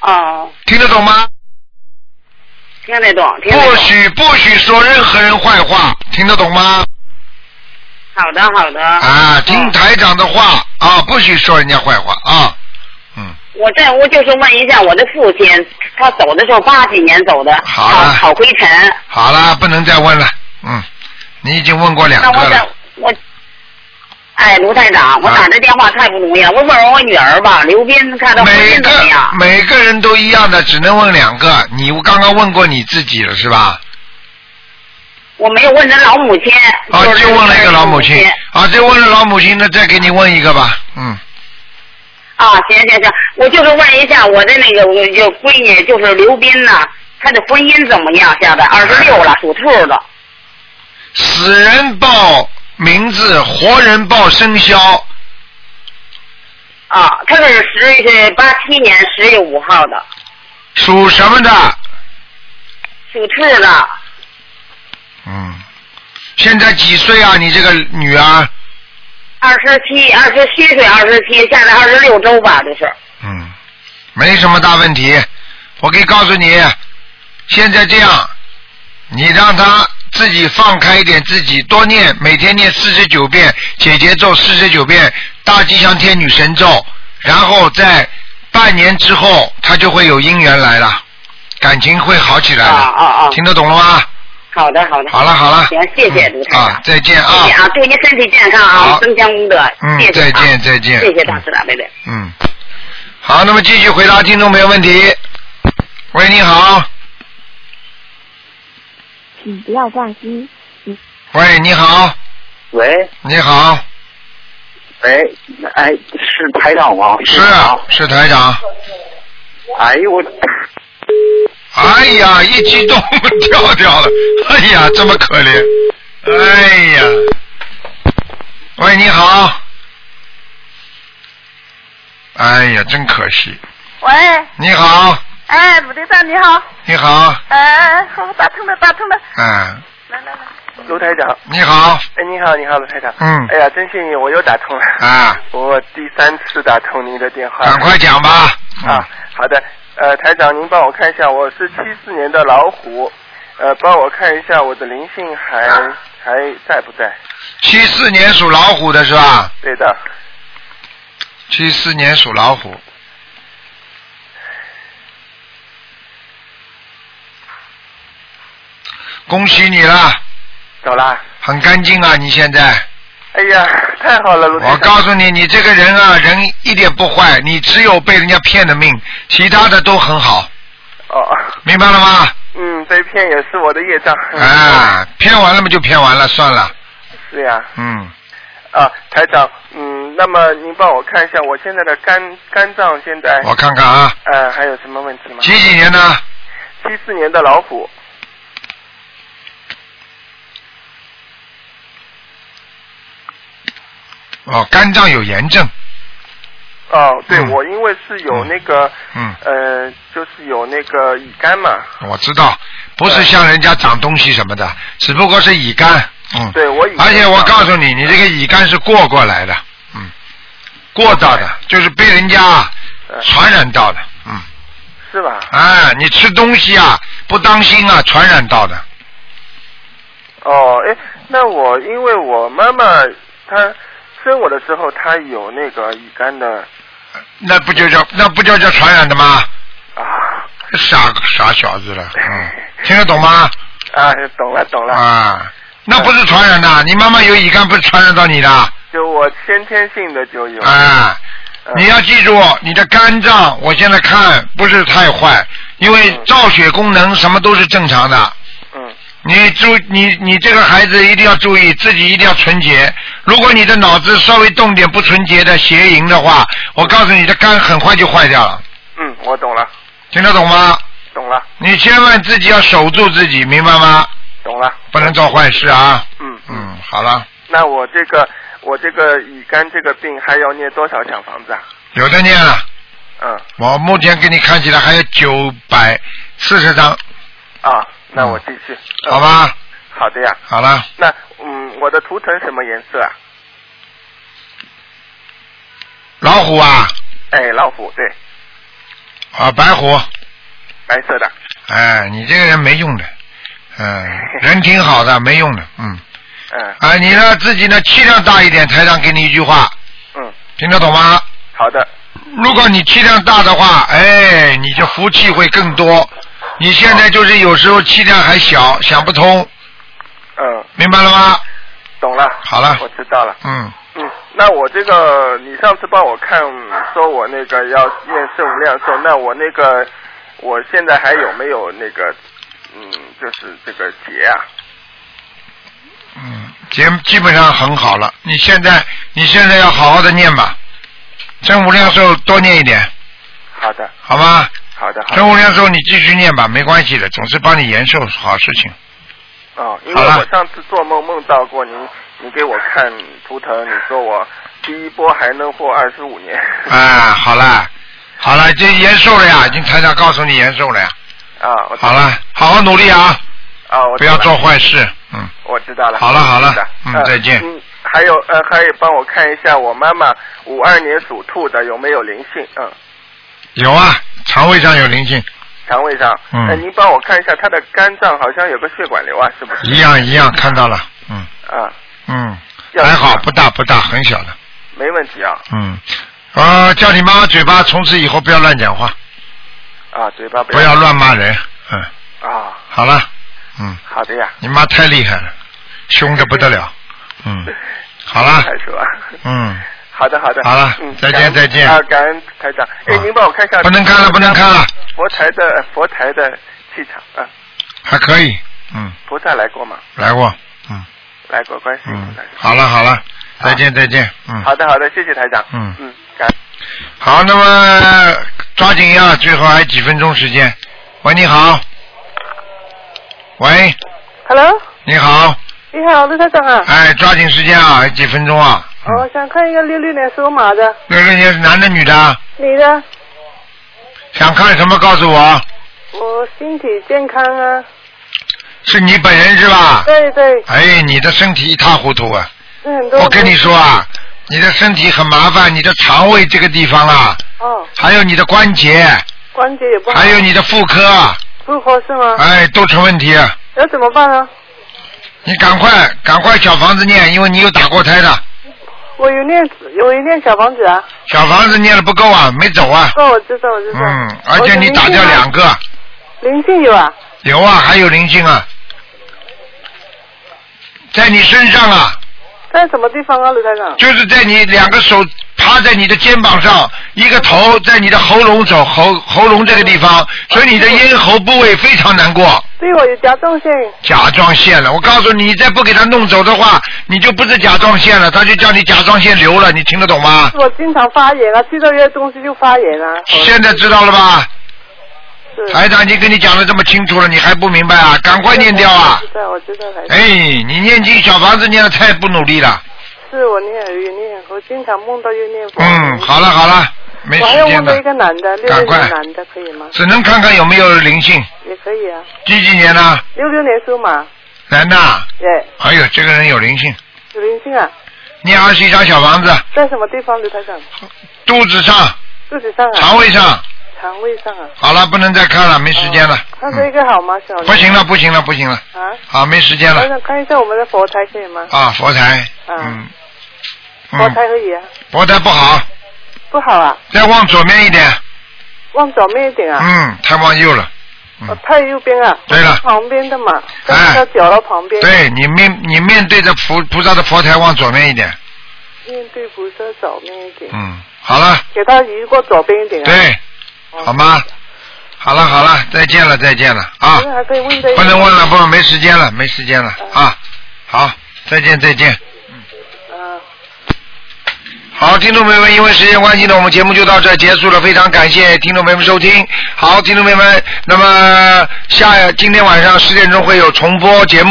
哦，
听得懂吗？
听得懂，听得懂
不。许不许说任何人坏话，听得懂吗？
好的，好的。
啊，听台长的话啊，不许说人家坏话啊。
我这我就是问一下我的父亲，他走的时候八几年走的，
好了
郝奎晨。
好了，不能再问了，嗯，你已经问过两
那
个
我
了
想，我，哎，卢台长，
啊
我打这电话太不容易了，我问问我女儿吧，刘斌，看她婚姻怎么样？
每个人都一样的，只能问两个。你刚刚问过你自己了是吧？
我没有问她老母亲。
啊，
就是
就问了一个老母亲，啊，就问了老母亲，那再给你问一个吧，嗯，
啊，行行行，我就是问一下我的那个我就闺女，就是刘斌呐、她的婚姻怎么样？现在二十六了，属兔的。
死人报名字，活人报生肖，
啊，她是十是八七年十月五号的，
属什么的？
属兔的，
嗯，现在几岁啊？你这个女儿，
二十七、二十七岁、二十七，现在二十六周吧，就是。
嗯，没什么大问题。我可以告诉你，现在这样，你让她自己放开一点，自己多念，每天念四十九遍解结咒，四十九遍大吉祥天女神咒，然后在半年之后，她就会有姻缘来了，感情会好起来了。
啊啊！
听得懂了吗？
好的，好的。
好了好了
行，谢谢卢台长。
啊，再见
谢谢
啊，
啊，祝您身体健康啊
好，
增强功德。
嗯
谢
再
谢啊
见再见
谢谢大师大贝贝。
嗯。好，那么继续回答听众朋友问题。喂，你好。
请嗯不要挂机。
喂，你好，
喂
你好，
喂，哎，是台长吗？
是啊是台长。
哎呦我，
哎呀，一激动 (laughs) 跳掉了，哎呀，这么可怜，哎呀，喂，你好。哎呀，真可惜。
喂，
你好，
哎，鲁队长你好，
你好，
哎，好，打通了，打通了，
嗯，
来来来，
卢台长，
你好。
哎，你好，你好，卢台长。
嗯
哎呀，真幸运，我又打通了。
啊。
我第三次打通您的电话。
赶快讲吧。嗯
啊，好的。呃，台长，您帮我看一下，我是七四年的老虎，呃，帮我看一下我的灵性还
啊
还在不在？
七四年属老虎的是吧？
对的。
七四年属老虎。恭喜你了，
走啦。
很干净啊！你现在，
哎呀，太好了，卢台
我
长。
告诉你，你这个人啊，人一点不坏，你只有被人家骗的命，其他的都很好，
哦，
明白了吗？
嗯，被骗也是我的业障。 (laughs)
啊，骗完了嘛就骗完了，算了，
是呀。
嗯，
啊，台长，嗯，那么您帮我看一下我现在的肝肝脏现在。
我看看啊。
呃，还有什么问题吗？
几几年的？
七四年的老虎。
哦，肝脏有炎症，
哦，对，
嗯
我因为是有那个，
嗯，
呃，就是有那个乙肝嘛。
我知道，不是像人家长东西什么的，只不过是乙肝，嗯，
对我乙肝
而且我告诉你，你这个乙肝是过过来的，嗯，过到的，就是被人家传染到的，嗯，
是吧？
啊，你吃东西啊，不当心啊，传染到的，
哦，哎，那我因为我妈妈她生我的时候她有那个乙肝的，
那不就叫那不就叫传染的吗？
啊
傻傻小子了，
(laughs)
嗯，听得懂吗？
啊，懂了懂了。
啊，那不是传染的，你妈妈有乙肝，不是传染到你的。
就我先天性的就有。嗯
啊，你要记住，你的肝脏我现在看不是太坏，因为造血功能什么都是正常的。
嗯。
你注你你这个孩子一定要注意，自己一定要纯洁。如果你的脑子稍微动点不纯洁的邪淫的话，我告诉你，这肝很快就坏掉了。
嗯，我懂了，
听得懂吗？
懂了，
你千万自己要守住自己，明白吗？
懂了。
不能做坏事啊。
嗯，
嗯，好了，
那我这个我这个乙肝这个病还要念多少小房子啊？
有的念了。
嗯，
我目前给你看起来还有九百四十张，
啊，那我继续。嗯
好吧？
好的呀。
好了，
那嗯，我的图腾什么颜色啊？
老虎啊，
哎，老虎，对，
啊，白虎，
白色的。
哎，你这个人没用的，
(laughs)
嗯，人挺好的，没用的，嗯，
嗯
啊，你呢自己呢气量大一点，台长给你一句话，
嗯，
听得懂吗？
好的。
如果你气量大的话，哎，你就福气会更多。你现在就是有时候气量还小，想不通，
嗯，
明白了吗？
懂了。
好了
我知道了。
嗯，
嗯，那我这个，你上次帮我看说我那个要念圣无量寿，那我那个我现在还有没有那个嗯，就是这个结啊？哎
嗯，节基本上很好了。你现在你现在要好好的念吧，真无量寿多念一点，
好的，
好吗？
好的，好的。
真无量寿你继续念吧，没关系的，总是帮你延寿是好事情。
哦，因为
好了
我上次做梦梦到过您，你给我看图腾，你说我第一波还能活二十五年。 (laughs)
啊，好了，好了，这延寿了呀，已经台长告诉你延寿了呀。
啊，我知道
好了，好好努力啊，
啊，我
不
知道
要
了
做坏事。嗯，
我知道了。
好了好了
是的
嗯
呃
再见
嗯，还有呃，还有帮我看一下我妈妈五二年属兔的有没有灵性？嗯，
有啊，肠胃上有灵性，
肠胃上。
嗯
呃您帮我看一下她的肝脏好像有个血管瘤啊，是不是？
一样一样看到了，嗯
啊，
嗯，
要
还好不大不大，很小的，
没问题啊。
嗯，呃，叫你妈妈嘴巴从此以后不要乱讲话，
啊，嘴巴
不要乱骂人，嗯，
啊。
好了，嗯，
好的呀。
你妈太厉害了，凶的不得了，嗯，好了，
还说。
嗯，
好的，好的。
好了
嗯，
再见
感恩
再见
啊，感恩台长。哎，您帮我看一下。
不能看了不能看了。
佛台的佛台的气场啊，
还可以，嗯，
菩萨来过吗？
来过，
来过，关心。
嗯，好了好了，再见再见，嗯，
好的，好的，谢谢台长。
嗯
嗯，感恩。
好，那么抓紧呀，最后还有几分钟时间。喂，你好。喂，
Hello，
你好，
哎你好，卢台长啊。
哎，抓紧时间啊，还有几分钟啊。
我想看一个六六年属马的
六六年是男的女的？
女的，
想看什么告诉我？
我身体健康啊。
是你本人是吧？
对对，
哎，你的身体一塌糊涂啊！
是很多。
我跟你说啊，你的身体很麻烦，你的肠胃这个地方啊，
哦，
还有你的关节，
关节也不好。
还有你的妇科啊，
妇科是吗？
哎，都成问题啊。
要怎么办呢？
你赶快赶快小房子念，因为你有打过胎的，
我有念，我有念小房子啊。
小房子念的不够啊，没走啊。
哦，我知道，我知道。
嗯，而且你打掉两个，
灵性有啊？
有啊，还有灵性啊，在你身上啊，
在什么地方啊，卢台长？
就是在你两个手趴在你的肩膀上，一个头在你的喉咙走喉喉咙这个地方，所以你的咽喉部位非常难过。
对我有甲状腺。
甲状腺了，我告诉你，你再不给他弄走的话，你就不是甲状腺了，他就叫你甲状腺瘤了，你听得懂吗？
我经常发炎啊，吃到这些东西就发炎啊。
现在知道了吧？台长已经跟你讲的这么清楚了，你还不明白啊？赶快念掉啊！
我知道，我知道，台长。
哎，你念经小房子念的太不努力了。
是我念有念，我经常梦到又念佛。
嗯，好了好了，没
我还
时
要
间
梦到
了
一，个男的，六
赶
六
快
年男的可以吗？
只能看看有没有灵性。
也可以啊。
几几年呢？
六六年属马，
男的啊？
对，
哎呦，这个人有灵性，
有灵性啊，
念二十一张小房子，
在什么地方，刘台长？
肚子上、
肚子上啊？
肠胃上。
肠胃上啊？
好了，不能再看了，没时间了，
看这个好吗，小刘？
不行了，不行了，不行了，
啊！
好，没时间
我
了
想看一下我们的佛台可以吗？
啊，佛台，
啊，
嗯，
佛
嗯，
台可以啊，
佛台不好，
不好啊，
再往左面一点，
往左面一点啊，
嗯，太往右了，
我太右边啊，
嗯对了哎
旁边的嘛，在那个角落旁边，
对你面你面对着菩菩萨的佛台往左面一点，
面对菩萨左面一点，
嗯，好了，
给他移过左边一点啊，
对，好吗？好了好了，再见了再见了啊，
还可以问这一
不能问了，不没时间了没时间了啊，好，再见再见。好，听众朋友们，因为时间关系呢，我们节目就到这儿结束了。非常感谢听众朋友们收听。好，听众朋友们，那么下今天晚上十点钟会有重播节目。